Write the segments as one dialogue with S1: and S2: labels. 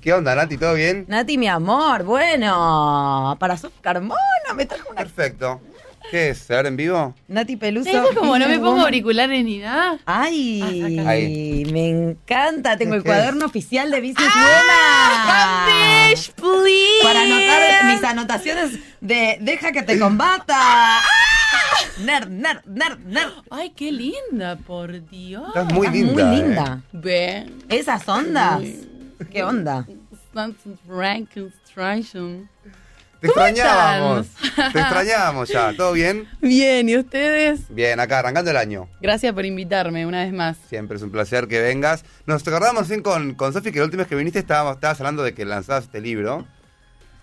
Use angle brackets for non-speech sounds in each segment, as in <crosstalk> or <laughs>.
S1: ¿Qué onda, Nati? ¿Todo bien?
S2: Nati, mi amor, bueno, para Sof Carmona me trajo una...
S1: Perfecto. ¿Qué es? ¿Ahora en vivo?
S2: Nati Peluso.
S3: Eso es como no me
S2: Inner
S3: pongo
S2: Woman.
S3: auriculares ni nada.
S2: Ay,
S3: Ah,
S1: Ahí.
S2: me encanta. Tengo el
S1: ¿Qué es?
S2: cuaderno oficial de Business
S3: Ah,
S2: Woman.
S3: Bitch, please.
S2: Para anotar mis anotaciones de Deja que te
S3: Ah.
S2: combata. Nerd, nerd, nerd, nerd.
S3: Ay, qué linda, por Dios.
S1: Estás muy
S2: Estás
S1: linda.
S2: Ah, Muy
S1: eh.
S2: linda.
S3: Ve.
S2: Esas ondas. ¿Qué onda?
S3: Something Frankenstein.
S1: Te
S3: ¿Cómo
S1: extrañábamos. Te extrañábamos
S2: <laughs>
S1: ya. ¿Todo bien?
S3: Bien, ¿y ustedes?
S1: Bien, acá, arrancando el año.
S3: Gracias por invitarme una vez más.
S1: Siempre es un placer que vengas. Nos acordamos recién con, con Sofi que la última vez que viniste estábamos, estabas hablando de que lanzabas este libro,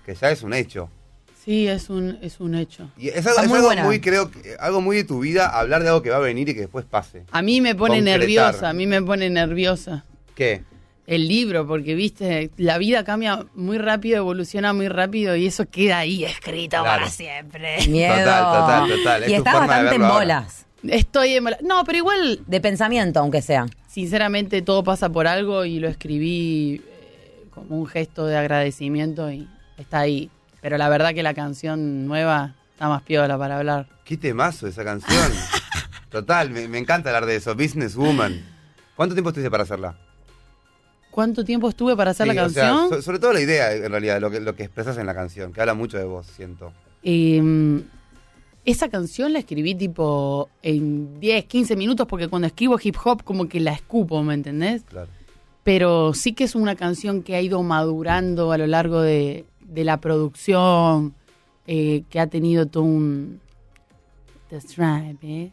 S1: que ya es un hecho.
S3: Sí, es un, es un hecho.
S1: Y es algo,
S2: Está
S1: es
S2: muy
S1: algo
S2: buena.
S1: muy, creo, que- algo muy de tu vida, hablar de algo que va a venir y que después pase.
S3: A mí me pone
S1: Concretar.
S3: nerviosa, a mí me pone nerviosa.
S1: ¿Qué?
S3: El libro, porque viste, la vida cambia muy rápido, evoluciona muy rápido y eso queda ahí escrito
S1: Claro.
S3: para siempre.
S2: Miedo.
S1: total, total. Es
S2: Y
S1: tu
S2: estás
S1: forma de
S2: bastante en
S1: verlo ahora.
S2: bolas.
S3: Estoy en... No, pero igual
S2: De pensamiento, aunque sea.
S3: sinceramente todo pasa por algo y lo escribí eh, como un gesto de agradecimiento y está ahí. Pero la verdad que la canción nueva está más piola para hablar.
S1: Qué temazo esa
S2: <laughs>
S1: canción. total, me, me encanta hablar de eso. Businesswoman. ¿Cuánto tiempo estuviste para hacerla?
S3: ¿Cuánto tiempo estuve para hacer
S1: Sí,
S3: la
S1: o sea,
S3: canción?
S1: so- sobre todo la idea, en realidad, lo que, lo que expresas en la canción, que habla mucho de vos, siento.
S3: Eh, esa canción la escribí tipo en 10, 15 minutos porque cuando escribo hip hop como que la escupo, ¿me entendés?
S1: Claro.
S3: pero sí que es una canción que ha ido madurando a lo largo de, de la producción, eh, que ha tenido todo un... That's right,
S1: <laughs>
S3: bitch.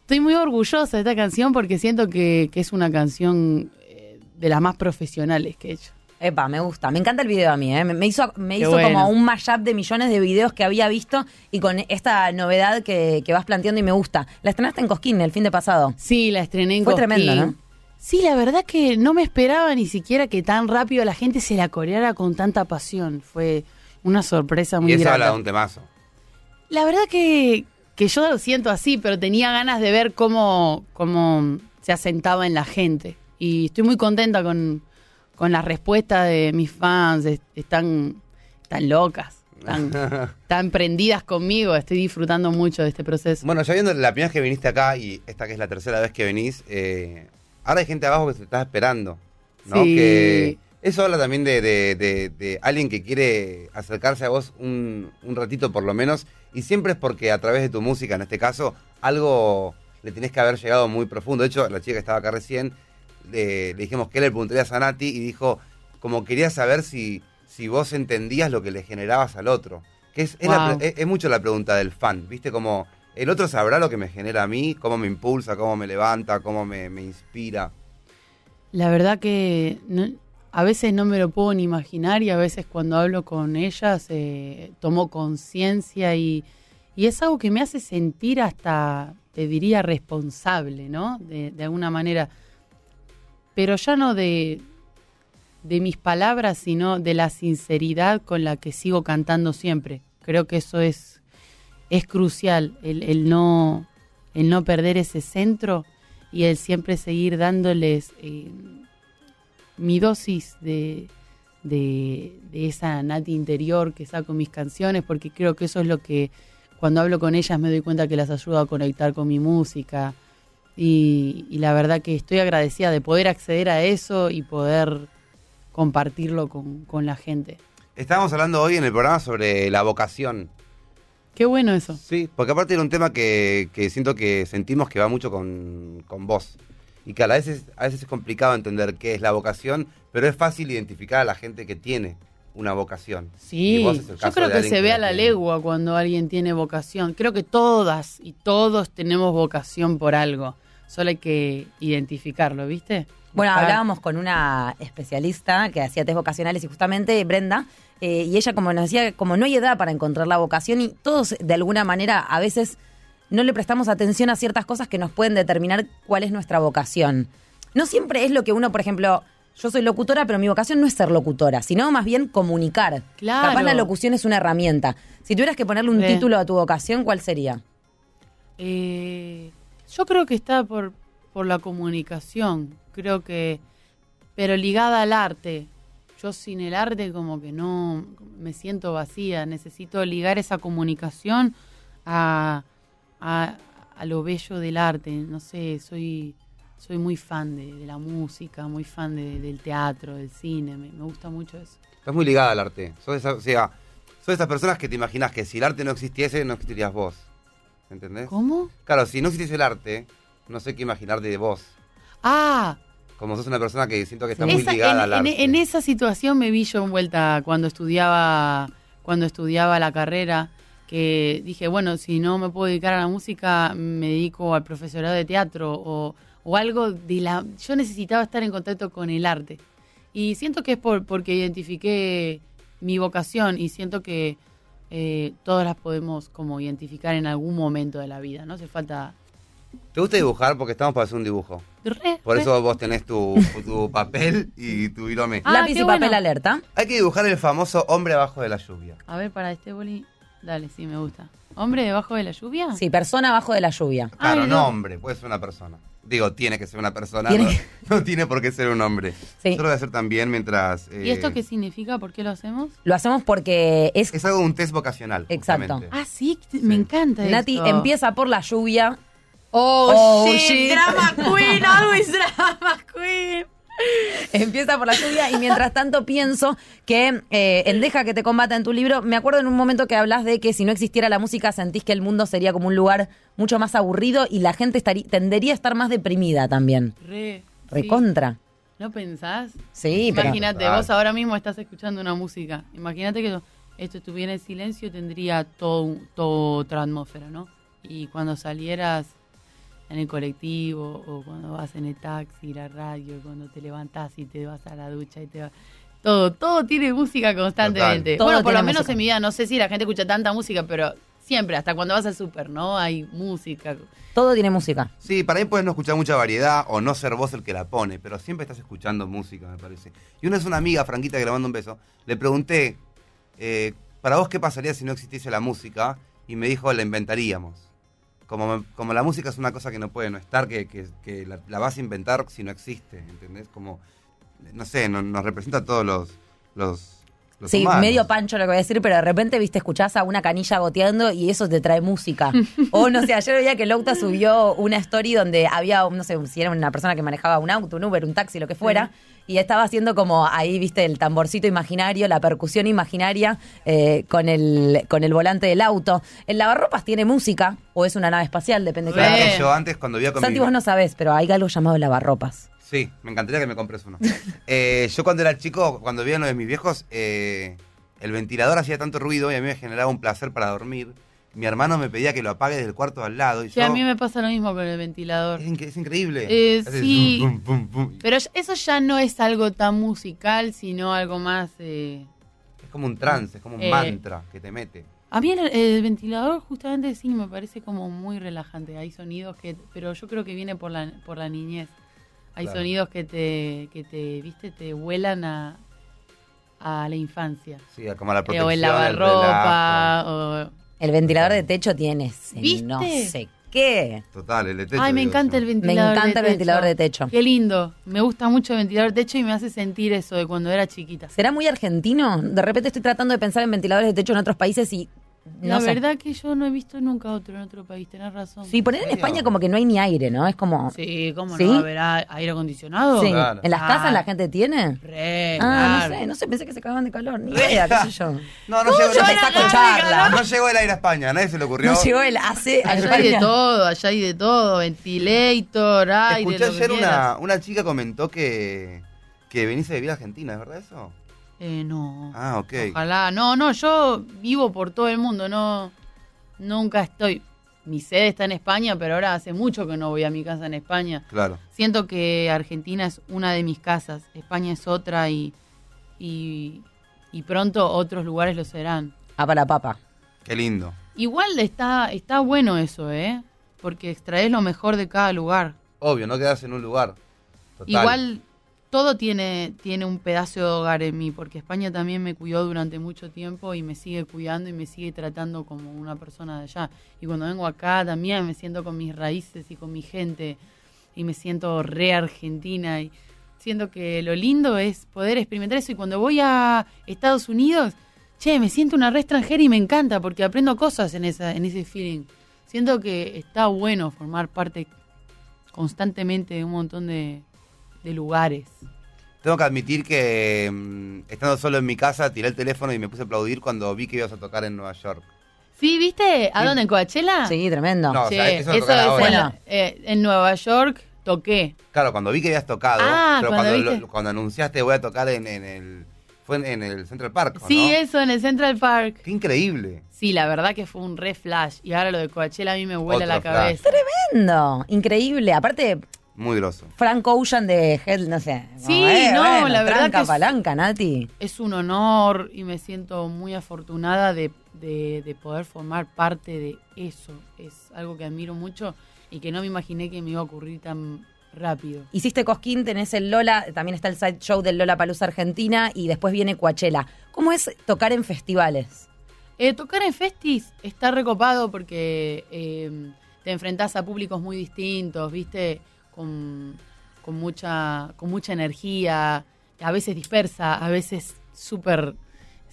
S3: Estoy muy orgullosa de esta canción porque siento que, que es una canción eh, de las más profesionales que he hecho.
S2: Epa, me gusta. Me encanta el video a mí, ¿eh? Me, me hizo, me
S3: Qué
S2: hizo
S3: bueno.
S2: como un mashup de millones de videos que había visto y con esta novedad que, que vas planteando y me gusta. La estrenaste en Cosquín el fin de pasado.
S3: Sí, la estrené en
S2: Fue
S3: Cosquín.
S2: tremendo, ¿no?
S3: Sí, la verdad que no me esperaba ni siquiera que tan rápido la gente se la coreara con tanta pasión. Fue una sorpresa muy
S1: y eso
S3: grande.
S1: habla de un temazo.
S3: La verdad que, que yo lo siento así, pero tenía ganas de ver cómo, cómo se asentaba en la gente. Y estoy muy contenta con, con la respuesta de mis fans. Es- Están tan locas, tan, tan prendidas conmigo. Estoy disfrutando mucho de este proceso.
S1: Bueno, ya viendo la primera vez que viniste acá y esta que es la tercera vez que venís, eh, ahora hay gente abajo que se está esperando. ¿no?
S3: Sí.
S1: Que eso habla también de, de- de- de alguien que quiere acercarse a vos un, un ratito por lo menos. Y siempre es porque a través de tu música, en este caso, algo le tenés que haber llegado muy profundo. De hecho, la chica que estaba acá recién, le, le dijimos que le preguntarías a Nati y dijo, como quería saber si, si vos entendías lo que le generabas al otro. Que es, es la
S3: Wow.
S1: pre- es- es mucho la pregunta del fan, ¿viste? Como el otro sabrá lo que me genera a mí, cómo me impulsa, cómo me levanta, cómo me, me inspira.
S3: La verdad que no- a veces no me lo puedo ni imaginar y a veces cuando hablo con ellas eh, tomo conciencia y, y es algo que me hace sentir hasta, te diría, responsable, ¿no? De, de alguna manera. Pero ya no de, de mis palabras, sino de la sinceridad con la que sigo cantando siempre. Creo que eso es, es crucial, el, el no, el no perder ese centro y el siempre seguir dándoles eh, mi dosis de, de, de esa nati interior que saco en mis canciones, porque creo que eso es lo que cuando hablo con ellas me doy cuenta que las ayuda a conectar con mi música. Y, y la verdad que estoy agradecida de poder acceder a eso y poder compartirlo con, con la gente.
S1: Estábamos hablando hoy en el programa sobre la vocación.
S3: Qué bueno eso.
S1: Sí, porque aparte era un tema que, que siento que sentimos que va mucho con, con vos. Y que a veces, a veces es complicado entender qué es la vocación, pero es fácil identificar a la gente que tiene una vocación. Y
S3: Sí,
S1: vos es el
S3: yo
S1: caso
S3: creo
S1: de
S3: que
S1: alguien
S3: se ve a
S1: la
S3: la
S1: tiene.
S3: legua cuando alguien tiene vocación. Creo que todas y todos tenemos vocación por algo. Solo hay que identificarlo, ¿viste?
S2: Bueno,
S3: Buscar.
S2: hablábamos con una especialista que hacía test vocacionales y justamente Brenda, eh, y ella como nos decía, como no hay edad para encontrar la vocación y todos de alguna manera a veces no le prestamos atención a ciertas cosas que nos pueden determinar cuál es nuestra vocación. No siempre es lo que uno, por ejemplo, yo soy locutora, pero mi vocación no es ser locutora, sino más bien comunicar.
S3: Claro.
S2: Capaz la locución es una herramienta. Si tuvieras que ponerle un
S3: Re.
S2: título a tu vocación, ¿cuál sería?
S3: Eh, yo creo que está por, por la comunicación. Creo que pero ligada al arte. Yo sin el arte como que no me siento vacía, necesito ligar esa comunicación a, a, a lo bello del arte, no sé, soy, soy muy fan de, de la música, muy fan de- del teatro, del cine, me, me gusta mucho eso.
S1: Estás muy ligada al arte. Sos esa- o sea, sos de esas personas que te imaginas que si el arte no existiese, no existirías vos. ¿Entendés?
S3: ¿Cómo?
S1: Claro, si no existiese el arte, no sé qué imaginarte de vos.
S3: Ah,
S1: Como sos una persona que siento que está
S3: Esa-
S1: muy ligada
S3: en,
S1: al
S3: en-
S1: arte.
S3: en esa situación me vi yo envuelta cuando estudiaba cuando estudiaba la carrera que dije bueno si no me puedo dedicar a la música me dedico al profesorado de teatro o, o algo de la yo necesitaba estar en contacto con el arte y siento que es por porque identifiqué mi vocación y siento que eh, todas las podemos como identificar en algún momento de la vida no hace falta
S1: ¿Te gusta dibujar? Porque estamos para hacer un dibujo.
S3: Re,
S1: Por
S3: re-
S1: eso vos tenés tu, tu papel y tu virome.
S3: Ah,
S2: Lápiz
S3: qué
S2: y papel
S3: bueno.
S2: alerta.
S1: Hay que dibujar el famoso hombre abajo de la lluvia.
S3: a ver para este boli dale sí me gusta hombre debajo de la lluvia
S2: Sí, persona abajo de la lluvia.
S1: Claro,
S3: Ay,
S1: no
S3: no.
S1: hombre, puede ser una persona. Digo, tiene que ser una persona,
S2: Tiene
S1: no, <laughs> no tiene por qué ser un hombre.
S2: Sí.
S1: Yo lo voy a hacer también mientras...
S3: ¿Y
S1: eh,
S3: esto qué significa? ¿Por qué lo hacemos?
S2: Lo hacemos porque es.
S1: Es algo de un test vocacional.
S2: Exacto.
S1: justamente.
S3: Ah, sí, me encanta
S2: Nati
S3: esto.
S2: empieza por la lluvia. <laughs>
S3: Oh,
S2: Oh,
S3: shit,
S2: shit.
S3: drama queen, always drama queen.
S2: Empieza por la lluvia y mientras tanto pienso que eh, en Deja que te combata en tu libro, me acuerdo en un momento que hablas de que si no existiera la música sentís que el mundo sería como un lugar mucho más aburrido y la gente estarí- tendería a estar más deprimida también.
S3: Re. sí.
S2: Recontra.
S3: ¿No pensás?
S2: Sí, pero
S3: Imagínate,
S1: Total.
S3: vos ahora mismo estás escuchando una música. Imagínate que lo- esto estuviera en silencio, tendría todo, un- todo otra atmósfera, ¿no? Y cuando salieras en el colectivo o cuando vas en el taxi, la radio, cuando te levantás y te vas a la ducha y te vas... Todo, todo tiene música constantemente.
S1: Total.
S2: Todo
S3: bueno, por
S2: tiene
S3: lo menos
S2: música.
S3: en mi vida, no sé si la gente escucha tanta música, pero siempre, hasta cuando vas al súper, ¿no? Hay música.
S2: todo tiene música.
S1: Sí, para mí puedes no escuchar mucha variedad o no ser vos el que la pone, pero siempre estás escuchando música, me parece. Y una es una amiga, Franquita, que le mando un beso, le pregunté, eh, ¿para vos qué pasaría si no existiese la música? Y me dijo, la inventaríamos. Como, me- como la música es una cosa que no puede no estar, que, que- que la, la vas a inventar si no existe, ¿entendés? Como, no sé, no- nos representa a todos los... los, los
S2: Sí,
S1: humanos.
S2: medio pancho lo que voy a decir, pero de repente, viste, escuchás a una canilla goteando y eso te trae música. O no sé, ayer veía que Louta subió una story donde había, no sé, si era una persona que manejaba un auto, un Uber, un taxi, lo que fuera, y estaba haciendo como ahí, viste, el tamborcito imaginario, la percusión imaginaria eh, con, el, con el volante del auto. ¿El lavarropas tiene música o es una nave espacial? Depende de
S1: ¿Sabés
S3: Re.
S2: qué.
S1: que yo antes cuando vivía con mi-
S2: Santi, vos no sabés, pero hay algo llamado lavarropas.
S1: Sí, me encantaría que me compres
S3: <laughs>
S1: uno. Eh, yo cuando era chico, cuando vivía en lo de mis viejos, eh, el ventilador hacía tanto ruido y a mí me generaba un placer para dormir. Mi hermano me pedía que lo apague del cuarto de al lado y
S3: Sí,
S1: yo...
S3: a mí me pasa lo mismo con el ventilador.
S1: es, incre- es increíble.
S3: Eh,
S1: Hace
S3: sí.
S1: zum, zum, zum, zum.
S3: Pero ya- eso ya no es algo tan musical, sino algo más... eh,
S1: Es como un trance, es como un
S3: Eh.
S1: mantra que te mete.
S3: A mí el, el ventilador justamente sí me parece como muy relajante. Hay sonidos que... Pero yo creo que viene por la, por la niñez. Hay
S1: Claro.
S3: sonidos que te, que te, viste, te vuelan a, a la infancia.
S1: Sí, como la
S3: Eh,
S1: protección,
S3: o el
S1: relajo.
S3: lavarropa. O...
S2: El ventilador de techo tiene ese
S3: ¿Viste?
S2: no sé qué.
S1: Total, el de techo,
S3: Ay, me
S1: digo
S3: encanta el
S1: yo.
S3: ventilador
S2: me encanta
S3: de
S2: el ventilador de techo.
S3: Qué lindo. Me gusta mucho el ventilador de techo y me hace sentir eso de cuando era chiquita.
S2: ¿Será muy argentino? De repente estoy tratando de pensar en ventiladores de techo en otros países y no
S3: la
S2: sé.
S3: verdad que yo no he visto nunca otro en otro país. Tenés razón.
S2: Sí, poner en
S1: ¿En serio?
S2: España como que no hay ni aire, ¿no? Es como... Sí.
S3: Sí, cómo
S2: ¿Sí?
S3: no. ¿Habrá aire acondicionado?
S1: Claro.
S2: ¿En las casas
S3: Ah.
S2: la gente tiene?
S3: Re,
S2: Ah,
S3: claro.
S2: no sé, no sé, pensé que se cagaban de calor. Ni idea, qué sé yo.
S1: <laughs> No, no llegó,
S2: Yo
S1: no,
S2: me saco charla.
S1: no llegó el aire a España, a nadie se le ocurrió.
S2: No <laughs> llegó el AC a
S3: Allá hay de
S2: España.
S3: todo, allá hay de todo. Ventilator, aire,
S1: Escuché
S3: lo que
S1: ayer
S3: quieras.
S1: una, una chica comentó que, que venís a vivir a Argentina, ¿es verdad eso?
S3: Eh, no.
S1: Ah, ok.
S3: Ojalá. No, no, yo vivo por todo el mundo. No, nunca estoy. Mi sede está en España, pero ahora hace mucho que no voy a mi casa en España.
S1: Claro.
S3: Siento que Argentina es una de mis casas, España es otra y, y, y pronto otros lugares lo serán.
S2: Ah, para papa.
S1: Qué lindo.
S3: Igual está, está bueno eso, ¿eh? Porque extraes lo mejor de cada lugar.
S1: Obvio, no quedarse en un lugar. Total.
S3: Igual todo tiene, tiene un pedazo de hogar en mí, porque España también me cuidó durante mucho tiempo y me sigue cuidando y me sigue tratando como una persona de allá. Y cuando vengo acá también me siento con mis raíces y con mi gente y me siento re argentina. Y siento que lo lindo es poder experimentar eso y cuando voy a Estados Unidos, che, me siento una re extranjera y me encanta porque aprendo cosas en, esa, en ese feeling. Siento que está bueno formar parte constantemente de un montón de, de lugares.
S1: Tengo que admitir que mm, estando solo en mi casa tiré el teléfono y me puse a aplaudir cuando vi que ibas a tocar en Nueva York.
S3: ¿Sí, viste? ¿A dónde? ¿En Coachella?
S2: Sí, tremendo.
S1: No, o
S3: Sí,
S1: sea, eso
S3: eso,
S1: no tocar
S3: es en,
S1: ahora.
S3: eh, en Nueva York toqué.
S1: Claro, cuando vi que habías tocado,
S3: Ah,
S1: pero
S3: cuando
S1: cuando,
S3: viste.
S1: lo- cuando anunciaste voy a tocar en, en el fue en, en el Central Park, ¿o
S3: Sí,
S1: ¿no?
S3: eso, en el Central Park.
S1: Qué increíble.
S3: Sí, la verdad que fue un re flash. Y ahora lo de Coachella a mí me vuela
S1: Otro
S3: la
S1: flash.
S3: cabeza.
S2: Tremendo. Increíble. Aparte,
S1: Muy groso.
S2: Frank Ocean de Hell, no sé.
S3: Sí,
S2: como, eh,
S3: no, la verdad
S2: tranca
S3: que es-
S2: palanca, Nati.
S3: Es un honor y me siento muy afortunada de, de- de poder formar parte de eso. Es algo que admiro mucho y que no me imaginé que me iba a ocurrir tan rápido.
S2: Hiciste Cosquín, tenés el Lola, también está el side show del Lola Palusa Argentina y después viene Coachella. ¿Cómo es tocar en festivales?
S3: Eh, tocar en festis está recopado porque eh, te enfrentás a públicos muy distintos, viste, con, con mucha, con mucha energía, a veces dispersa, a veces súper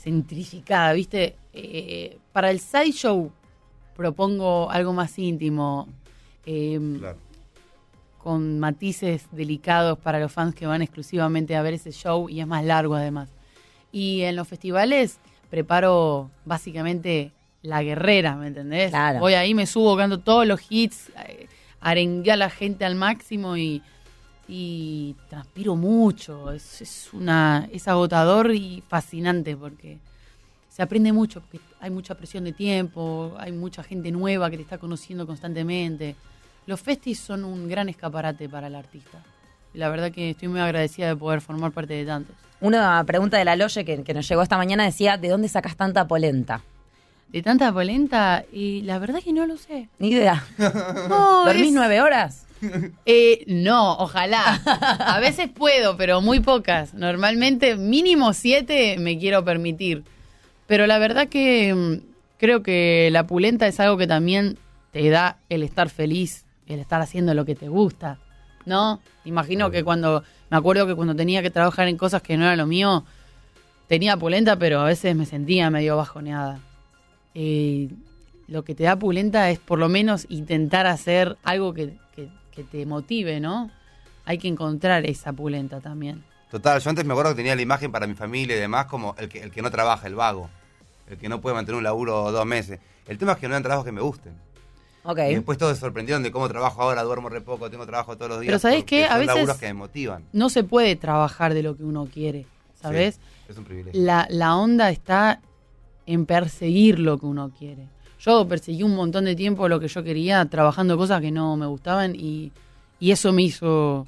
S3: centrificada, viste. Eh, para el side show propongo algo más íntimo, eh,
S1: Claro.
S3: con matices delicados para los fans que van exclusivamente a ver ese show y es más largo además. Y en los festivales preparo básicamente la guerrera, ¿me entendés?
S2: Claro.
S3: Voy ahí, me subo, canto todos los hits, eh, arengué a la gente al máximo y, y transpiro mucho. Es, es una, es agotador y fascinante porque se aprende mucho, porque hay mucha presión de tiempo, hay mucha gente nueva que te está conociendo constantemente. Los festis son un gran escaparate para el artista. La verdad que estoy muy agradecida de poder formar parte de tantos.
S2: Una pregunta de la Loye que, que nos llegó esta mañana decía, ¿de dónde sacas tanta polenta?
S3: De tanta polenta, y la verdad que no lo sé.
S2: Ni idea.
S3: No,
S2: ¿Dormís
S3: es-
S2: nueve horas?
S3: Eh, no, ojalá. A veces puedo, pero muy pocas. Normalmente mínimo siete me quiero permitir. Pero la verdad que mm, creo que la pulenta es algo que también te da el estar feliz, el estar haciendo lo que te gusta, ¿no? Imagino que cuando, me acuerdo que cuando tenía que trabajar en cosas que no era lo mío, tenía pulenta, pero a veces me sentía medio bajoneada. Eh, lo que te da pulenta es por lo menos intentar hacer algo que, que- que te motive, ¿no? Hay que encontrar esa pulenta también.
S1: Total, yo antes me acuerdo que tenía la imagen para mi familia y demás como el que, el que no trabaja, el vago. El que no puede mantener un laburo dos meses. El tema es que no eran trabajos que me gusten.
S2: Ok.
S1: Y después todos se sorprendieron de cómo trabajo ahora, duermo re poco, tengo trabajo todos los días.
S3: Pero ¿sabés
S1: porque
S3: qué? A
S1: son
S3: veces-
S1: laburos que me motivan. Sí,
S3: No se puede trabajar de lo que uno quiere, ¿sabes?
S1: es un privilegio.
S3: La, la onda está en perseguir lo que uno quiere. Yo perseguí un montón de tiempo lo que yo quería, trabajando cosas que no me gustaban y, y eso me hizo,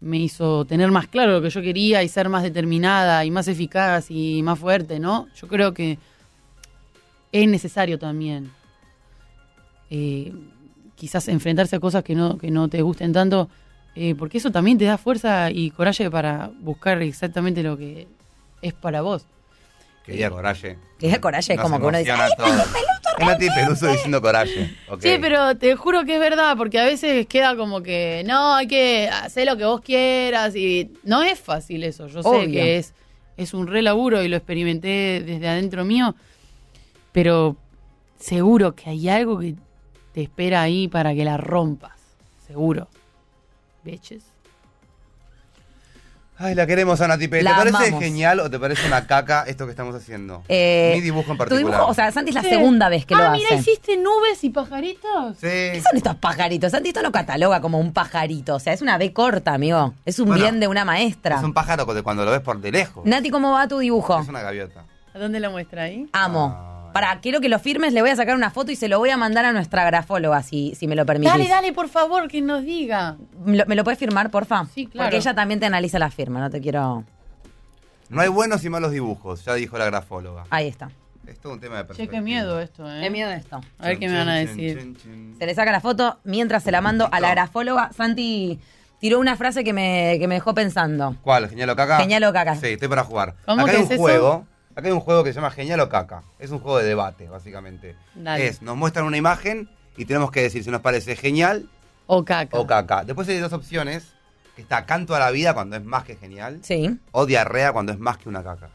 S3: me hizo tener más claro lo que yo quería y ser más determinada y más eficaz y más fuerte, ¿no? Yo creo que es necesario también eh, quizás enfrentarse a cosas que no, que no te gusten tanto, eh, porque eso también te da fuerza y coraje para buscar exactamente lo que es para vos.
S1: Quería coraje.
S2: Quería coraje, es
S1: Nos
S2: como que uno dice,
S1: emociona todo. Es Nati Peluso diciendo coraje. ok.
S3: Sí, pero te juro que es verdad, porque a veces queda como que no, hay que hacer lo que vos quieras y no es fácil eso. Yo sé
S2: Obvio.
S3: que es, es un re laburo y lo experimenté desde adentro mío, pero seguro que hay algo que te espera ahí para que la rompas. Seguro. Bitches.
S1: Ay, la queremos a Nati Pe.
S2: La
S1: ¿Te parece
S2: amamos.
S1: genial o te parece una caca esto que estamos haciendo?
S2: eh,
S1: Mi dibujo en
S2: tu
S1: particular.
S2: dibujo, o sea, Santi es la
S3: Sí.
S2: segunda vez que lo
S3: ah,
S2: hace.
S3: mira, hiciste nubes y pajaritos.
S1: Sí.
S2: ¿Qué son estos pajaritos? Santi esto lo cataloga como un pajarito. O sea, es una B corta, amigo. Es un
S1: Bueno,
S2: bien de una maestra.
S1: Es un pájaro de cuando lo ves por de lejos.
S2: Nati, ¿cómo va tu dibujo?
S1: Es una gaviota.
S3: ¿A dónde la muestra ahí?
S2: Amo.
S1: Ay.
S2: Para, quiero que lo firmes, le voy a sacar una foto y se lo voy a mandar a nuestra grafóloga, si, si me lo permitís.
S3: Dale, dale, por favor, que nos diga.
S2: ¿Me lo, me lo puedes firmar, porfa?
S3: Sí, claro.
S2: Porque ella también te analiza la firma, no te quiero...
S1: No hay buenos y malos dibujos, ya dijo la grafóloga.
S2: Ahí está.
S1: Es todo un tema de
S3: Che,
S1: perspectiva.
S3: qué miedo esto, ¿eh?
S2: Qué miedo esto.
S3: A ver qué me van a decir.
S2: Se le saca la foto mientras se la mando a la
S1: Listo.
S2: grafóloga. Santi tiró una frase que me, que me dejó pensando.
S1: ¿Cuál? ¿Genial o caca?
S2: Genial o caca.
S1: Sí, estoy para jugar.
S3: ¿Cómo
S1: acá
S3: que
S1: hay
S3: es
S1: un
S3: eso?
S1: juego. Acá hay un juego que se llama Genial o caca. Es un juego de debate, básicamente.
S3: Dale.
S1: Es, nos muestran una imagen y tenemos que decir si nos parece genial
S3: O caca.
S1: o caca. Después hay dos opciones que está canto a la vida cuando es más que genial,
S2: Sí.
S1: o diarrea cuando es más que una caca.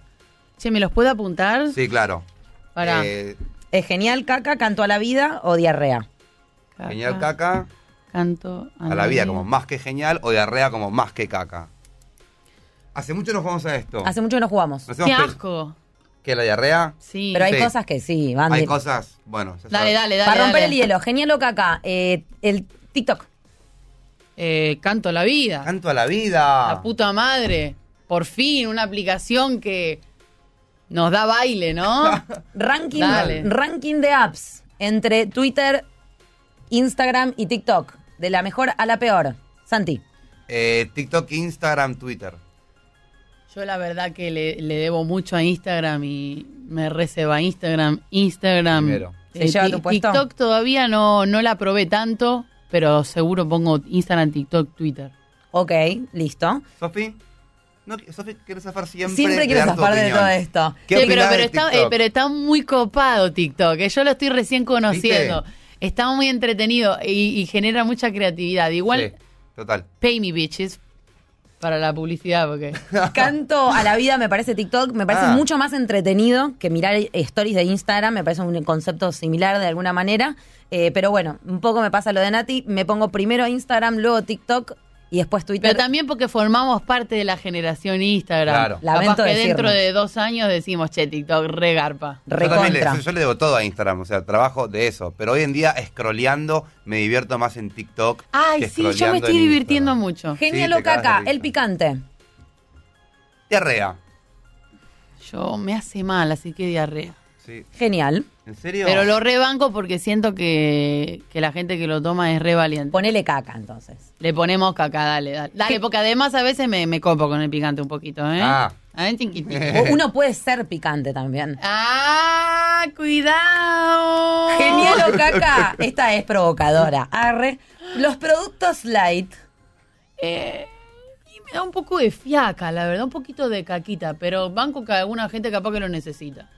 S3: Che, ¿me los puede apuntar?
S1: Sí, claro.
S3: Pará.
S1: Eh,
S2: Es genial, caca, canto a la vida o diarrea.
S3: Caca,
S1: genial caca,
S3: Canto
S1: a la vida como más que genial, o diarrea como más que caca. Hace mucho nos jugamos a esto.
S2: Hace mucho que no jugamos.
S1: Nos
S3: ¡Qué
S1: hemos pe-
S3: asco!
S1: ¿Qué, la diarrea?
S3: Sí.
S2: Pero hay
S1: Sí.
S2: cosas que sí, van
S1: Hay
S2: de-
S1: cosas, bueno. ya
S3: Dale,
S1: sabes.
S3: dale, dale.
S2: Para romper
S3: dale.
S2: el hielo, genial o caca, eh, el TikTok.
S3: Eh, canto la vida.
S1: Canto a la vida.
S3: La puta madre. Por fin, una aplicación que nos da
S1: <laughs>
S3: baile, ¿no?
S2: Ranking,
S3: Dale.
S2: ranking de apps entre Twitter, Instagram y TikTok. De la mejor a la peor. Santi.
S1: Eh, TikTok, Instagram, Twitter.
S3: Yo la verdad que le, le debo mucho a Instagram y me receba Instagram. Instagram.
S1: Primero.
S2: ¿Se lleva
S3: ti-
S2: tu puesto?
S3: TikTok todavía no, no la probé tanto, pero seguro pongo Instagram, TikTok, Twitter.
S2: Ok, listo.
S1: <laughs> Sofi, no, qui- Sofi, quieres zafar siempre.
S2: Siempre
S1: de
S2: quiero
S1: dar tu
S2: zafar de
S1: opinión.
S2: todo esto.
S1: ¿Qué
S3: Sí, pero,
S1: opinás
S3: pero
S1: de
S3: está,
S1: TikTok?
S3: eh, pero está muy copado TikTok. eh, Yo lo estoy recién conociendo.
S1: ¿Viste?
S3: Está muy entretenido y, y genera mucha creatividad. Igual,
S1: Sí, total.
S3: pay me bitches para la publicidad, porque.
S2: Canto a la vida me parece TikTok, me parece
S1: Ah.
S2: mucho más entretenido que mirar stories de Instagram, me parece un concepto similar de alguna manera, Eh, pero bueno, un poco me pasa lo de Nati, me pongo primero Instagram, luego TikTok y después Twitter.
S3: Pero también porque formamos parte de la generación Instagram.
S1: Claro.
S2: Lamento
S3: Capaz que
S2: decirlo.
S3: dentro de dos años decimos, che, TikTok, regarpa.
S1: Yo, también le,
S2: Recontra.
S1: yo- yo le debo todo a Instagram, o sea, trabajo de eso. Pero hoy en día, scrolleando, me divierto más en TikTok.
S3: Ay,
S1: que
S3: sí, yo me
S1: scrolleando
S3: estoy
S1: en
S3: divirtiendo
S1: Instagram.
S3: mucho.
S2: Genial
S1: Sí,
S2: o
S1: te cagas de
S2: caca,
S1: risa.
S2: el picante.
S1: Diarrea.
S3: Yo me hace mal, así que diarrea.
S1: Sí.
S2: Genial.
S1: ¿En serio?
S3: Pero lo rebanco porque siento que, que la gente que lo toma es re valiente.
S2: Ponele caca
S1: <laughs>
S2: entonces.
S3: Le ponemos caca, dale, dale. Dale, porque además a veces me, me copo con el picante un poquito, ¿eh?
S1: Ah.
S3: A ver, chiquitito.
S1: <laughs>
S2: O Uno puede ser picante también.
S3: ¡Ah! ¡Cuidado!
S1: Oh.
S2: Genial o caca, esta es provocadora. Arre, los productos light.
S3: Eh, y me da un poco de fiaca, la verdad, un poquito de caquita, pero banco que alguna gente capaz que lo necesita.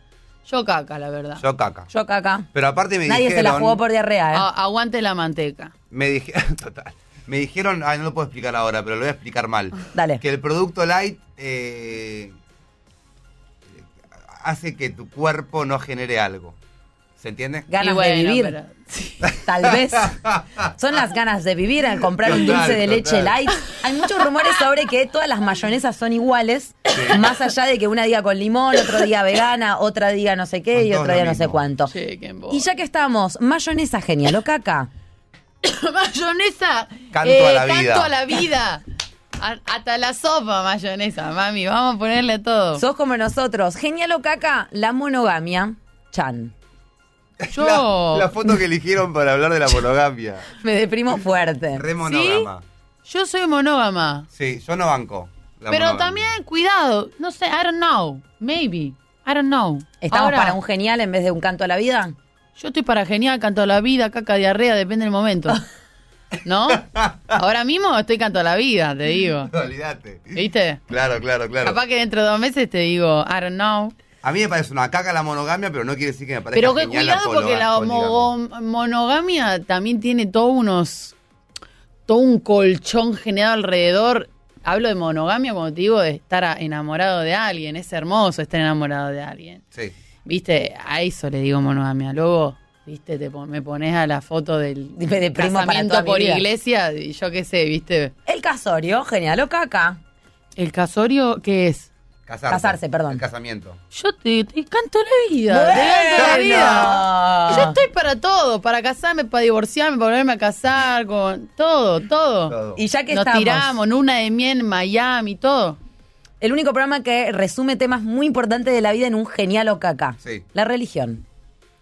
S3: Yo caca, la verdad.
S1: Yo caca.
S2: Yo caca.
S1: Pero aparte me
S2: Nadie se
S1: dijeron...
S2: la jugó por diarrea, ¿eh?
S3: A- aguante la manteca.
S1: Me dijeron... <laughs> Total. Me dijeron... Ay, no lo puedo explicar ahora, pero lo voy a explicar mal.
S2: Dale.
S1: Que el producto light... eh, hace que tu cuerpo no genere algo. ¿Se entiende?
S2: Ganas
S3: Y bueno,
S2: de vivir.
S3: pero- <laughs>
S2: Tal vez. Son las ganas de vivir al comprar un
S1: Total,
S2: dulce de leche
S1: total.
S2: light. Hay muchos rumores sobre que todas las mayonesas son iguales, más allá de que una diga con limón, otro día vegana, otra diga no sé qué
S1: Son
S2: y
S1: todos
S2: otro día
S1: lo
S2: no sé
S1: mismo.
S2: cuánto.
S3: Chequen vos.
S2: Y ya que estamos, mayonesa genial o caca.
S3: <laughs> mayonesa. Eh,
S1: Canto a la vida.
S3: Canto a la vida. A- hasta la sopa, mayonesa, mami. Vamos a ponerle todo.
S2: Sos como nosotros. Genial o caca, la monogamia. Chan.
S1: <laughs>
S3: Yo.
S1: La, la foto que eligieron para hablar de la
S3: <laughs>
S1: monogamia.
S2: Me deprimo fuerte.
S1: Re monógama.
S3: Yo soy monógama.
S1: Sí, yo no banco. la
S3: pero
S1: monogamia.
S3: también, cuidado. No sé, I don't know. Maybe. I don't know.
S2: ¿Estamos
S3: Ahora,
S2: para un genial en vez de un canto a la vida?
S3: Yo estoy para genial, canto a la vida, caca, diarrea, depende
S2: <laughs>
S3: del momento. ¿No? Ahora mismo estoy canto a la vida, te digo.
S1: <laughs> Olvídate.
S3: ¿Viste?
S1: Claro, claro, claro.
S3: Capaz que dentro de dos meses te digo, I don't know.
S1: A mí me parece una caca la monogamia, pero no quiere decir que me parezca
S3: Pero que
S1: genial la
S3: cuidado porque la
S1: poligamia.
S3: homo- monogamia también tiene todos unos. todo un colchón generado alrededor. Hablo de monogamia cuando te digo de estar a- enamorado de alguien. Es hermoso estar enamorado de alguien.
S1: Sí.
S3: ¿Viste? A eso le digo monogamia. Luego, ¿viste? Te pon- me pones a la foto del
S2: De- de primo para
S3: casamiento
S2: toda mi
S3: por
S2: vida.
S3: iglesia y yo qué sé, ¿viste?
S2: El casorio, genial o caca.
S3: ¿El casorio qué es?
S1: Casarse.
S2: Casarse, perdón.
S1: El casamiento.
S3: Yo te, te canto la vida. te canto la
S2: Bueno.
S3: vida. Yo estoy para todo, para casarme, para divorciarme, para volverme a casar, con todo, todo.
S1: Todo.
S2: Y ya que
S3: Nos
S2: estamos,
S3: tiramos, luna de miel, Miami, todo.
S2: el único programa que resume temas muy importantes de la vida en un genial o caca.
S1: Sí.
S2: La religión.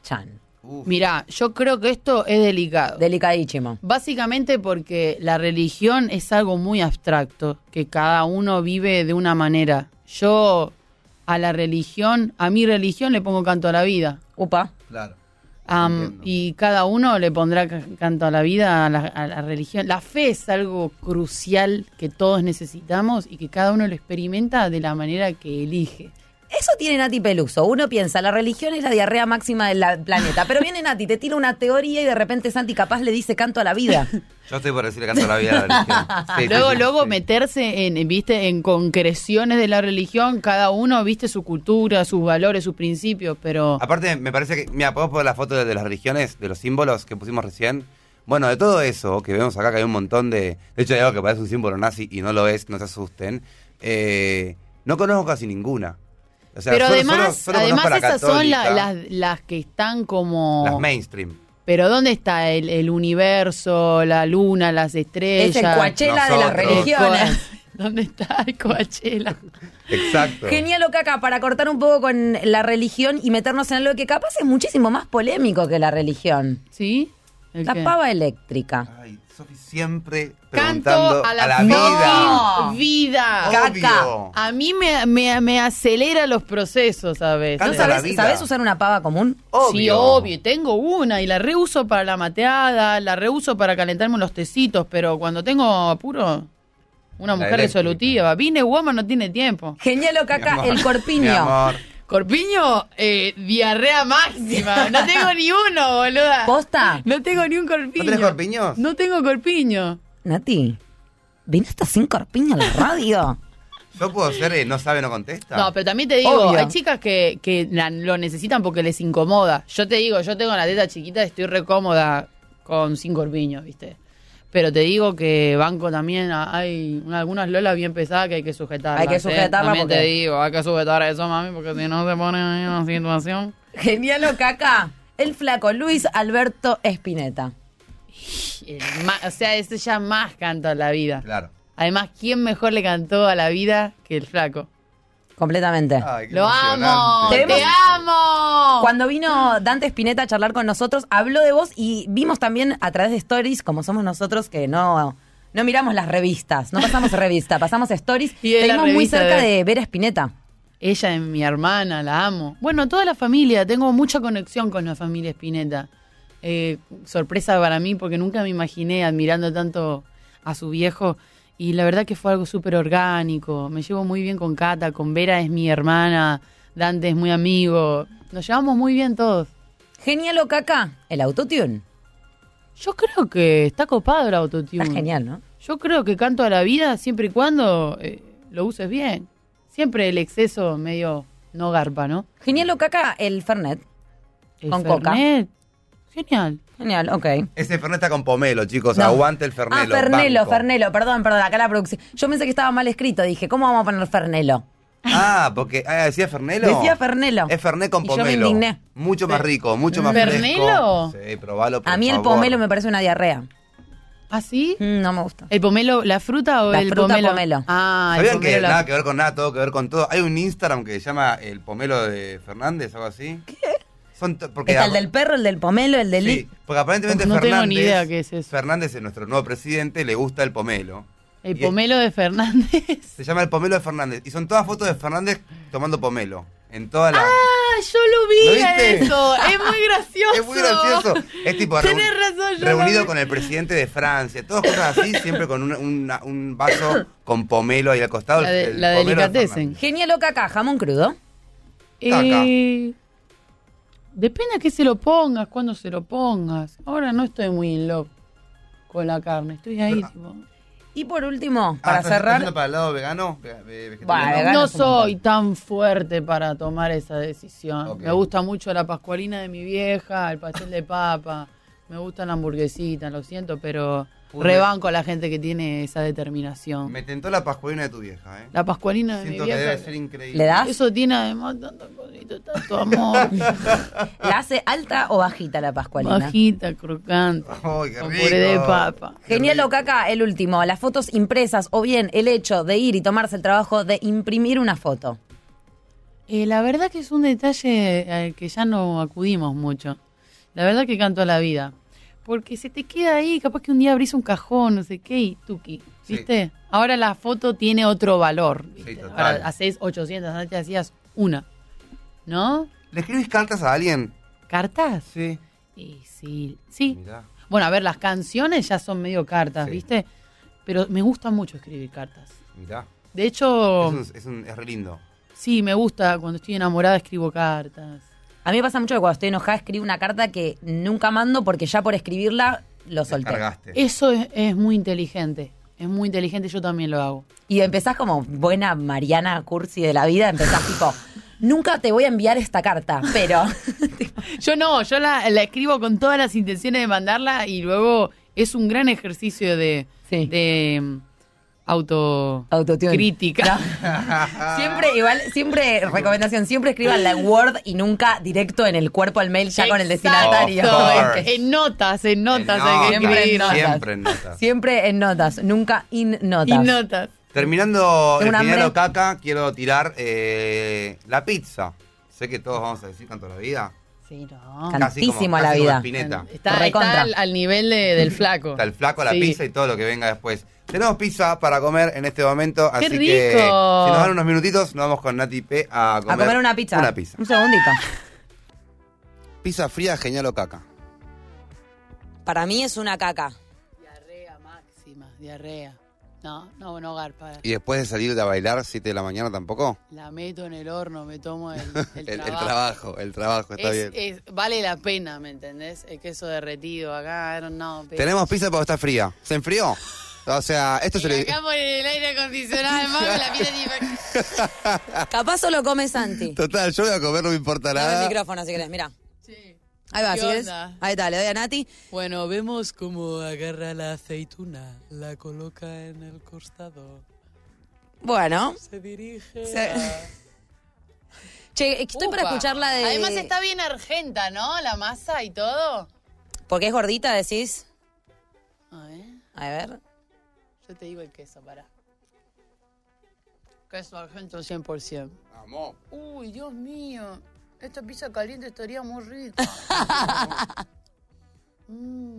S2: Chan.
S1: Uf,
S3: Mirá, yo creo que esto es delicado.
S2: Delicadísimo.
S3: Básicamente porque la religión es algo muy abstracto, que cada uno vive de una manera. Yo a la religión, a mi religión le pongo canto a la vida.
S2: Upa.
S1: Claro.
S3: Am,
S1: Entiendo.
S3: y cada uno le pondrá ca- canto a la vida, a la, a la religión. La fe es algo crucial que todos necesitamos y que cada uno lo experimenta de la manera que elige.
S2: Es Eso tiene Nati Peluso. Uno piensa, la religión es la diarrea máxima del la- planeta. Pero viene Nati, te tira una teoría y de repente Santi capaz le dice canto a la
S3: <laughs>
S2: vida.
S1: Yo estoy por decirle canto a la vida a la religión. Sí, sí,
S3: Luego,
S1: sí,
S3: luego
S1: sí.
S3: meterse en, en, viste, en concreciones de la religión, cada uno, viste, su cultura, sus valores, sus principios, pero
S1: Aparte, me parece que. Mira, podemos poner la foto de, de las religiones, de los símbolos que pusimos recién. Bueno, de todo eso que vemos acá, que hay un montón de. De hecho, hay algo que parece un símbolo nazi y no lo es, no se asusten. Eh, no conozco casi ninguna. O sea,
S3: pero
S1: solo-
S3: además,
S1: solo- solo
S3: además
S1: conozco la
S3: esas son la-
S1: católica,
S3: las, las que están como...
S1: las mainstream.
S3: Pero ¿dónde está el, el universo, la luna, las estrellas?
S2: es el Coachella de las
S1: Nosotros.
S2: religiones.
S3: <laughs> ¿Dónde está el Coachella?
S1: Exacto.
S2: Genial, Ocaca, para cortar un poco con la religión y meternos en algo que capaz es muchísimo más polémico que la religión.
S3: ¿Sí? ¿El
S2: La
S3: qué?
S2: pava eléctrica.
S1: Ay, Sofi siempre preguntando
S3: Canto a
S1: vida.
S3: la,
S2: No.
S3: fucking vida.
S2: Ca-
S1: Obvio.
S3: A mí me, me, me acelera los procesos a veces.
S2: ¿No
S1: Canta Ah, la
S2: sabes,
S1: vida.
S2: sabes usar una pava común?
S1: Obvio.
S3: Sí, obvio, y tengo una y la reuso para la mateada, la reuso para calentarme los tecitos, pero cuando tengo apuro, una
S1: La
S3: mujer
S1: eléctrica.
S3: resolutiva. Vine Woman no tiene tiempo.
S2: Genial,
S1: Mi
S2: Ocaca,
S1: amor,
S2: el
S1: mi
S2: corpiño.
S1: amor.
S3: Corpiño, eh, diarrea máxima. No tengo ni uno,
S2: <laughs>
S3: boluda.
S2: ¿Posta?
S3: No tengo ni un corpiño.
S1: ¿No tenés corpiños?
S3: No tengo corpiño.
S2: Nati, ¿viniste sin corpiño a la
S3: <laughs>
S2: radio?
S1: Yo puedo ser, eh, no sabe, no contesta.
S3: No, pero también te digo,
S2: Obvio.
S3: hay chicas que, que la- lo necesitan porque les incomoda. Yo te digo, yo tengo la teta chiquita, estoy recómoda con sin corpiño, ¿viste? Pero te digo que banco también, a- hay una- algunas lolas bien pesadas que hay que sujetar.
S2: Hay que sujetarlas
S3: También te
S2: porque-
S3: digo, hay que sujetar eso, mami, porque si no se pone en una situación.
S2: Genial, Ocaca, el flaco Luis Alberto Espineta.
S3: El ma- o sea, ese ya más canta la vida.
S1: Claro.
S3: Además, ¿quién mejor le cantó a la vida que el flaco?
S2: Completamente.
S1: Ay, qué
S3: ¡Lo amo!
S1: emocionante.
S3: ¡Te amo!
S2: Cuando
S3: Ah.
S2: vino Dante Spinetta a charlar con nosotros, habló de vos y vimos también a través de stories, como somos nosotros que no, no miramos las revistas, no pasamos revista, pasamos stories.
S3: <laughs> Y en la
S2: Estuvimos muy
S3: revista
S2: cerca
S3: de-
S2: de ver a Spinetta.
S3: Ella es mi hermana, la amo. Bueno, toda la familia, tengo mucha conexión con la familia Espineta. Eh, sorpresa para mí porque nunca me imaginé admirando tanto a su viejo y la verdad que fue algo súper orgánico. Me llevo muy bien con Cata, con Vera es mi hermana, Dante es muy amigo. Nos llevamos muy bien todos.
S2: Genial, Ocaca, el autotune.
S3: Yo creo que está copado el autotune.
S2: Está genial, ¿no?
S3: Yo creo que canto a la vida siempre y cuando eh, lo uses bien. Siempre el exceso medio no garpa, ¿no?
S2: Genial, Ocaca, el Fernet.
S3: El
S2: Con coca.
S3: Fernet. Genial.
S2: Genial, ok.
S1: Ese Fernet está con pomelo, chicos.
S2: No.
S1: Aguante el Fernelo.
S2: ah, Fernelo,
S1: banco.
S2: Fernelo, perdón, perdón, acá la producción. Yo pensé que estaba mal escrito, dije, ¿cómo vamos a poner Fernelo?
S1: Ah, porque ah, decía Fernelo.
S2: Decía Fernelo.
S1: Es Fernet con
S2: Y yo me
S1: pomelo.
S2: indigné.
S1: Mucho más rico, mucho más
S3: ¿Fernelo?
S1: fresco. Sí, probalo, por
S2: A mí el
S1: favor.
S2: pomelo me parece una diarrea.
S3: ¿Ah, sí?
S2: Mm, no me gusta.
S1: Eh,
S3: ¿El pomelo, la fruta o
S2: La
S3: el
S2: fruta
S3: pomelo?
S2: pomelo.
S3: Ah, el
S1: ¿Sabían
S3: pomelo.
S1: que
S3: la-
S1: nada que ver con nada, todo que ver con todo? Hay un Instagram que se llama el pomelo de Fernández, algo así. ¿Qué? Son to- porque
S2: Está el del perro, el del pomelo, el del...
S1: Sí, porque aparentemente
S3: No tengo
S1: Fernández,
S3: ni idea qué es eso.
S1: Fernández, nuestro nuevo presidente, le gusta el pomelo.
S3: El
S1: Y-
S3: pomelo de Fernández.
S1: Se llama el pomelo de Fernández. Y son todas fotos de Fernández tomando pomelo. En toda la.
S3: <laughs> Ah, yo lo
S1: ¿Lo
S3: vi
S1: viste?
S3: eso. Es <laughs> muy gracioso.
S1: Es muy gracioso. Es tipo reun-
S3: Tenés razón, yo lo
S1: reunido
S3: vi.
S1: con el presidente de Francia. Todas cosas así, siempre con una- una- un vaso con pomelo ahí al costado.
S3: La de-
S1: el
S3: la
S1: pomelo de
S3: delicatessen.
S1: Fernández.
S2: Genial, Ocaca, jamón crudo.
S1: Caca.
S3: Eh, depende a qué se lo pongas, cuándo se lo pongas. Ahora no estoy muy in love con la carne. Estoy ahí,
S1: Pero-
S3: tipo...
S2: Y por último,
S1: Ah,
S2: para
S1: ¿estás- estás
S2: cerrar,
S1: yendo para el lado vegano? Ve- ve- vegetariano.
S2: Bueno, vegano.
S3: No
S2: es un montón.
S3: soy tan fuerte para tomar esa decisión.
S1: Ok.
S3: Me gusta mucho la pascualina de mi vieja, el pastel de papa, me gusta la hamburguesita, lo siento, pero
S1: Uy,
S3: rebanco a la gente que tiene esa determinación.
S1: Me tentó la pascualina de tu vieja, ¿eh?
S3: La pascualina de
S1: Siento
S3: mi
S1: que debe
S3: vieja.
S1: ser increíble.
S2: ¿le das?
S3: Eso tiene además tanto
S1: <laughs>
S3: cosito, tanto amor.
S2: ¿La hace alta o bajita la pascualina?
S3: Bajita, crocante.
S1: ¡Ay, qué
S3: con
S1: rico!
S3: puré de papa.
S2: Genial, Ocaca, el último, las fotos impresas o bien el hecho de ir y tomarse el trabajo de imprimir una foto.
S3: Eh, la verdad que es un detalle al que ya no acudimos mucho. La verdad que canto a la vida. Porque se te queda ahí, capaz que un día abrís un cajón, no sé qué, y tuki.
S1: Sí.
S3: ¿Viste? Ahora la foto tiene otro valor. ¿viste?
S1: Sí, total.
S3: Ahora haces 800, antes hacías una. ¿No?
S1: ¿Le escribís cartas a alguien?
S3: ¿Cartas?
S1: Sí.
S3: Y sí. Sí.
S1: Mirá.
S3: Bueno, a ver, las canciones ya son medio cartas,
S1: Sí.
S3: ¿viste? Pero me gusta mucho escribir cartas.
S1: Mirá.
S3: De hecho.
S2: Oh.
S1: Es, un- es un- es re lindo.
S3: Sí, me gusta. Cuando estoy enamorada escribo cartas.
S2: A mí me pasa mucho que cuando estoy enojada escribo una carta que nunca mando porque ya por escribirla lo solté.
S1: Cargaste. <laughs>
S3: Eso es, es muy inteligente. Es muy inteligente, yo también lo hago.
S2: Y empezás como buena Mariana Cursi de la vida, empezás tipo, nunca te voy a enviar esta carta, pero
S3: Yo no, yo la, la escribo con todas las intenciones de mandarla y luego es un gran ejercicio de,
S2: Sí.
S3: de mm, auto
S2: Autotune.
S3: crítica. <laughs>
S2: siempre, igual, siempre, recomendación, siempre escribanla en Word y nunca directo en el cuerpo al mail, ya con el destinatario.
S1: Exacto. Of course.
S3: En notas, en notas
S2: eh,
S1: En
S3: hay que
S1: notas,
S3: escribir.
S1: Siempre en notas.
S2: Siempre en notas, nunca in
S3: Y
S2: notas.
S3: notas.
S1: Terminando
S2: Tengo
S1: el
S2: un
S1: final
S2: hambre.
S1: o caca, quiero tirar eh, la pizza. Sé que todos vamos a decir canto a la vida.
S3: Sí, no.
S2: Can- Tantísimo a la
S1: casi como
S2: vida.
S1: Spinetta.
S3: Está,
S2: Recontra.
S3: está al, al nivel de- del flaco.
S1: Está el flaco, la
S3: Sí.
S1: pizza y todo lo que venga después. Tenemos pizza para comer en este momento, así que si
S3: rico!
S1: nos dan unos minutitos, nos vamos con Nati P a comer,
S2: A comer una pizza.
S1: Una pizza.
S2: Un segundito.
S1: Pizza fría, genial o caca.
S2: Para mí es una caca.
S3: Diarrea máxima, diarrea. No, no, no garpa.
S1: Y después de salir de a bailar, 7 de la mañana tampoco.
S3: La meto en el horno, me tomo
S1: <laughs>
S3: el,
S1: El,
S3: el
S1: el
S3: trabajo.
S1: trabajo, el trabajo, está
S3: Es- este.
S1: bien.
S3: es- vale la pena, ¿me entendés? El queso derretido acá, I don't know, pero-
S1: Tenemos pizza porque está fría. ¿Se enfrió? O sea, esto se
S3: Y
S1: le...
S3: acá por el aire acondicionado, mami, la pizza
S1: <laughs>
S3: tipo-
S2: Capaz solo come Santi.
S1: Total, yo voy a comer, no me importa
S2: Dame el
S1: nada.
S2: micrófono si querés, mirá.
S3: Sí.
S2: Ahí va,
S3: ¿Qué
S2: si querés.
S3: onda?
S2: Ahí está, le doy a Nati.
S4: Bueno, vemos cómo agarra la aceituna, la coloca en el costado,
S2: Bueno.
S4: se dirige
S2: Se- <laughs>
S4: a-
S2: Che, estoy para
S3: Upa.
S2: escucharla de.
S3: Además está bien argenta, ¿no? La masa y todo.
S2: Porque es gordita, decís.
S3: A ver,
S2: A ver.
S3: yo te digo el queso, pará. Queso argento 100%.
S1: Vamos.
S3: Uy, Dios mío. Esta pizza caliente estaría muy
S2: <laughs>
S3: rica.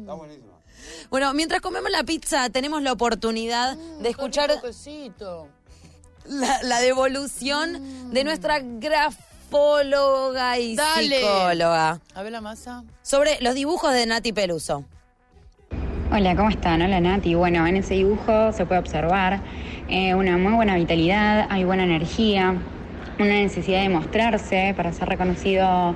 S1: Está buenísimo.
S2: Bueno, mientras comemos la pizza, tenemos la oportunidad de escuchar
S3: Un quesito.
S2: la, la devolución de nuestra grafóloga y
S3: Mm. Dale.
S2: psicóloga
S3: A ver la masa.
S2: sobre los dibujos de Nati Peluso.
S5: Hola, ¿cómo están? Hola Nati. Bueno, en ese dibujo se puede observar eh, una muy buena vitalidad, hay buena energía, una necesidad de mostrarse para ser reconocido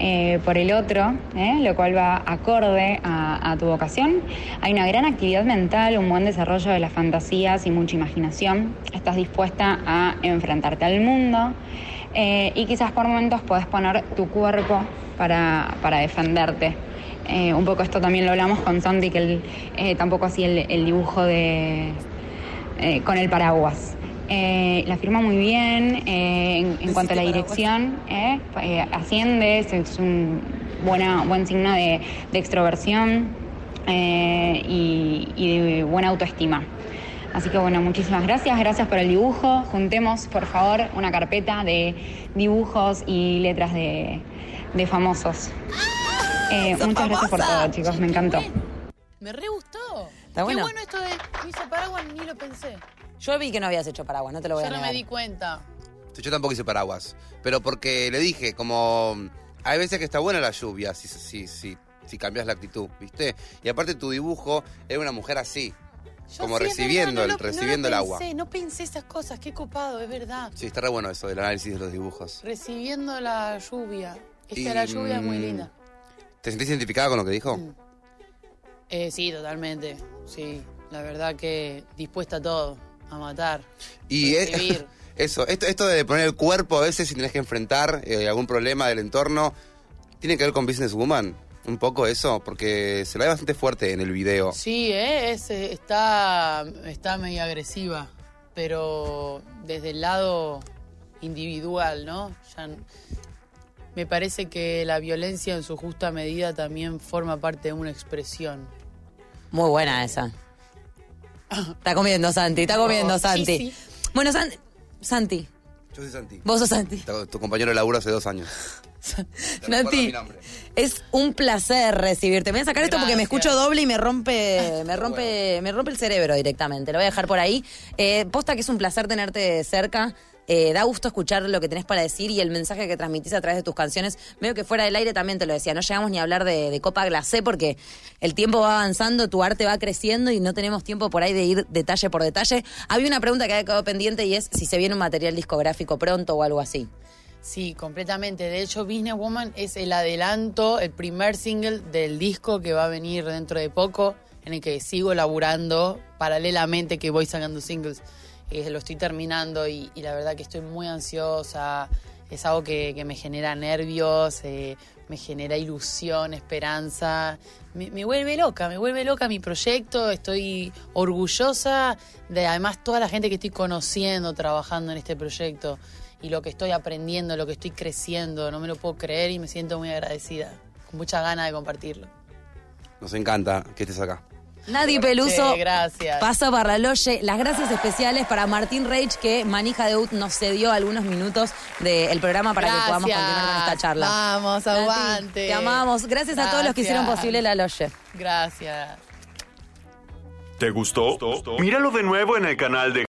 S5: eh, por el otro, ¿eh? lo cual va acorde a, a tu vocación. Hay una gran actividad mental, un buen desarrollo de las fantasías y mucha imaginación. Estás dispuesta a enfrentarte al mundo eh, y quizás por momentos podés poner tu cuerpo para, para defenderte. Eh, un poco esto también lo hablamos con Sandy, que él eh, tampoco hacía el, el dibujo de eh, con el paraguas. Eh, la firma muy bien eh, en- en, cuanto a la dirección, eh, eh, asciende, es, es un buena, buen signo de, de extroversión eh, y, y de buena autoestima. Así que bueno, muchísimas gracias, gracias por el dibujo. Juntemos, por favor, una carpeta de dibujos y letras de, de famosos. Eh, muchas gracias por todo, chicos. Me encantó.
S3: Me re gustó.
S2: Está
S3: Qué
S2: bueno.
S3: bueno esto de pizza paraguas, ni lo pensé.
S2: Yo vi que no habías hecho paraguas, no te lo voy
S3: Yo
S2: a
S3: no
S2: negar.
S3: me di cuenta.
S1: Yo tampoco hice paraguas, pero porque le dije, como hay veces que está buena la lluvia, si, si, si, si cambias la actitud, ¿viste? Y aparte tu dibujo era una mujer así,
S3: Yo
S1: como
S3: sí, es
S1: recibiendo,
S3: verdad,
S1: el,
S3: no lo- no lo
S1: recibiendo el agua.
S3: pensé, No pensé esas cosas, qué copado, es verdad.
S1: Sí, está re bueno eso del análisis de los dibujos.
S3: Recibiendo la lluvia. Es que
S1: Y,
S3: la lluvia es muy
S1: mm,
S3: linda.
S1: ¿Te sentís identificada con lo que dijo?
S3: Eh, sí, totalmente. Sí, la verdad que dispuesta a todo, a matar.
S1: Y
S3: a
S1: es-
S3: recibir.
S1: <laughs> eso, esto, esto de poner el cuerpo a veces si tenés que enfrentar eh, algún problema del entorno, tiene que ver con Business Woman, un poco eso, porque se la ve bastante fuerte en el video.
S3: Sí, eh, es, eh, está, está medio agresiva, pero desde el lado individual, ¿no? Ya n- me parece que la violencia en su justa medida también forma parte de una expresión.
S2: Muy buena esa. Está comiendo Santi, está comiendo
S3: Oh, sí,
S2: Santi.
S3: sí.
S2: Bueno, San- Santi,
S1: Yo soy Santi.
S2: vos sos Santi.
S1: Tu, tu compañero de laburo hace dos años. recuerdo mi
S2: Nati,
S1: nombre.
S2: es un placer recibirte. Me voy a sacar esto porque me
S3: Gracias.
S2: escucho doble y
S1: <laughs>
S2: me rompe, me rompe, me rompe el cerebro directamente. Lo voy a dejar por ahí. Eh, posta que es un placer tenerte cerca. eh, da gusto escuchar lo que tenés para decir y el mensaje que transmitís a través de tus canciones. Medio que fuera del aire también te lo decía, no llegamos ni a hablar de, de Copa Glacé porque el tiempo va avanzando, tu arte va creciendo y no tenemos tiempo por ahí de ir detalle por detalle. Había una pregunta que había quedado pendiente y es si se viene un material discográfico pronto o algo así.
S3: Sí, completamente. De hecho, Business Woman es el adelanto, el primer single del disco que va a venir dentro de poco, en el que sigo laburando paralelamente que voy sacando singles. Eh, lo estoy terminando y, y la verdad que estoy muy ansiosa. Es algo que, que me genera nervios, eh, me genera ilusión, esperanza. Me, me vuelve loca, me vuelve loca mi proyecto. Estoy orgullosa de además toda la gente que estoy conociendo trabajando en este proyecto y lo que estoy aprendiendo, lo que estoy creciendo. No me lo puedo creer y me siento muy agradecida, con mucha ganas de compartirlo.
S1: Nos encanta que estés acá.
S2: Nadie Peluso.
S3: Sí, gracias.
S2: Pasa Barraloye. Las gracias especiales para Martín Reich, que Manija de Ut nos cedió algunos minutos del programa para que podamos
S3: Gracias.
S2: continuar con esta charla.
S3: Vamos,
S2: Nati,
S3: aguante.
S2: Te amamos. Gracias, a todos los que
S3: Gracias.
S2: hicieron posible la Loye.
S3: Gracias.
S6: ¿Te gustó? Míralo de nuevo en el canal de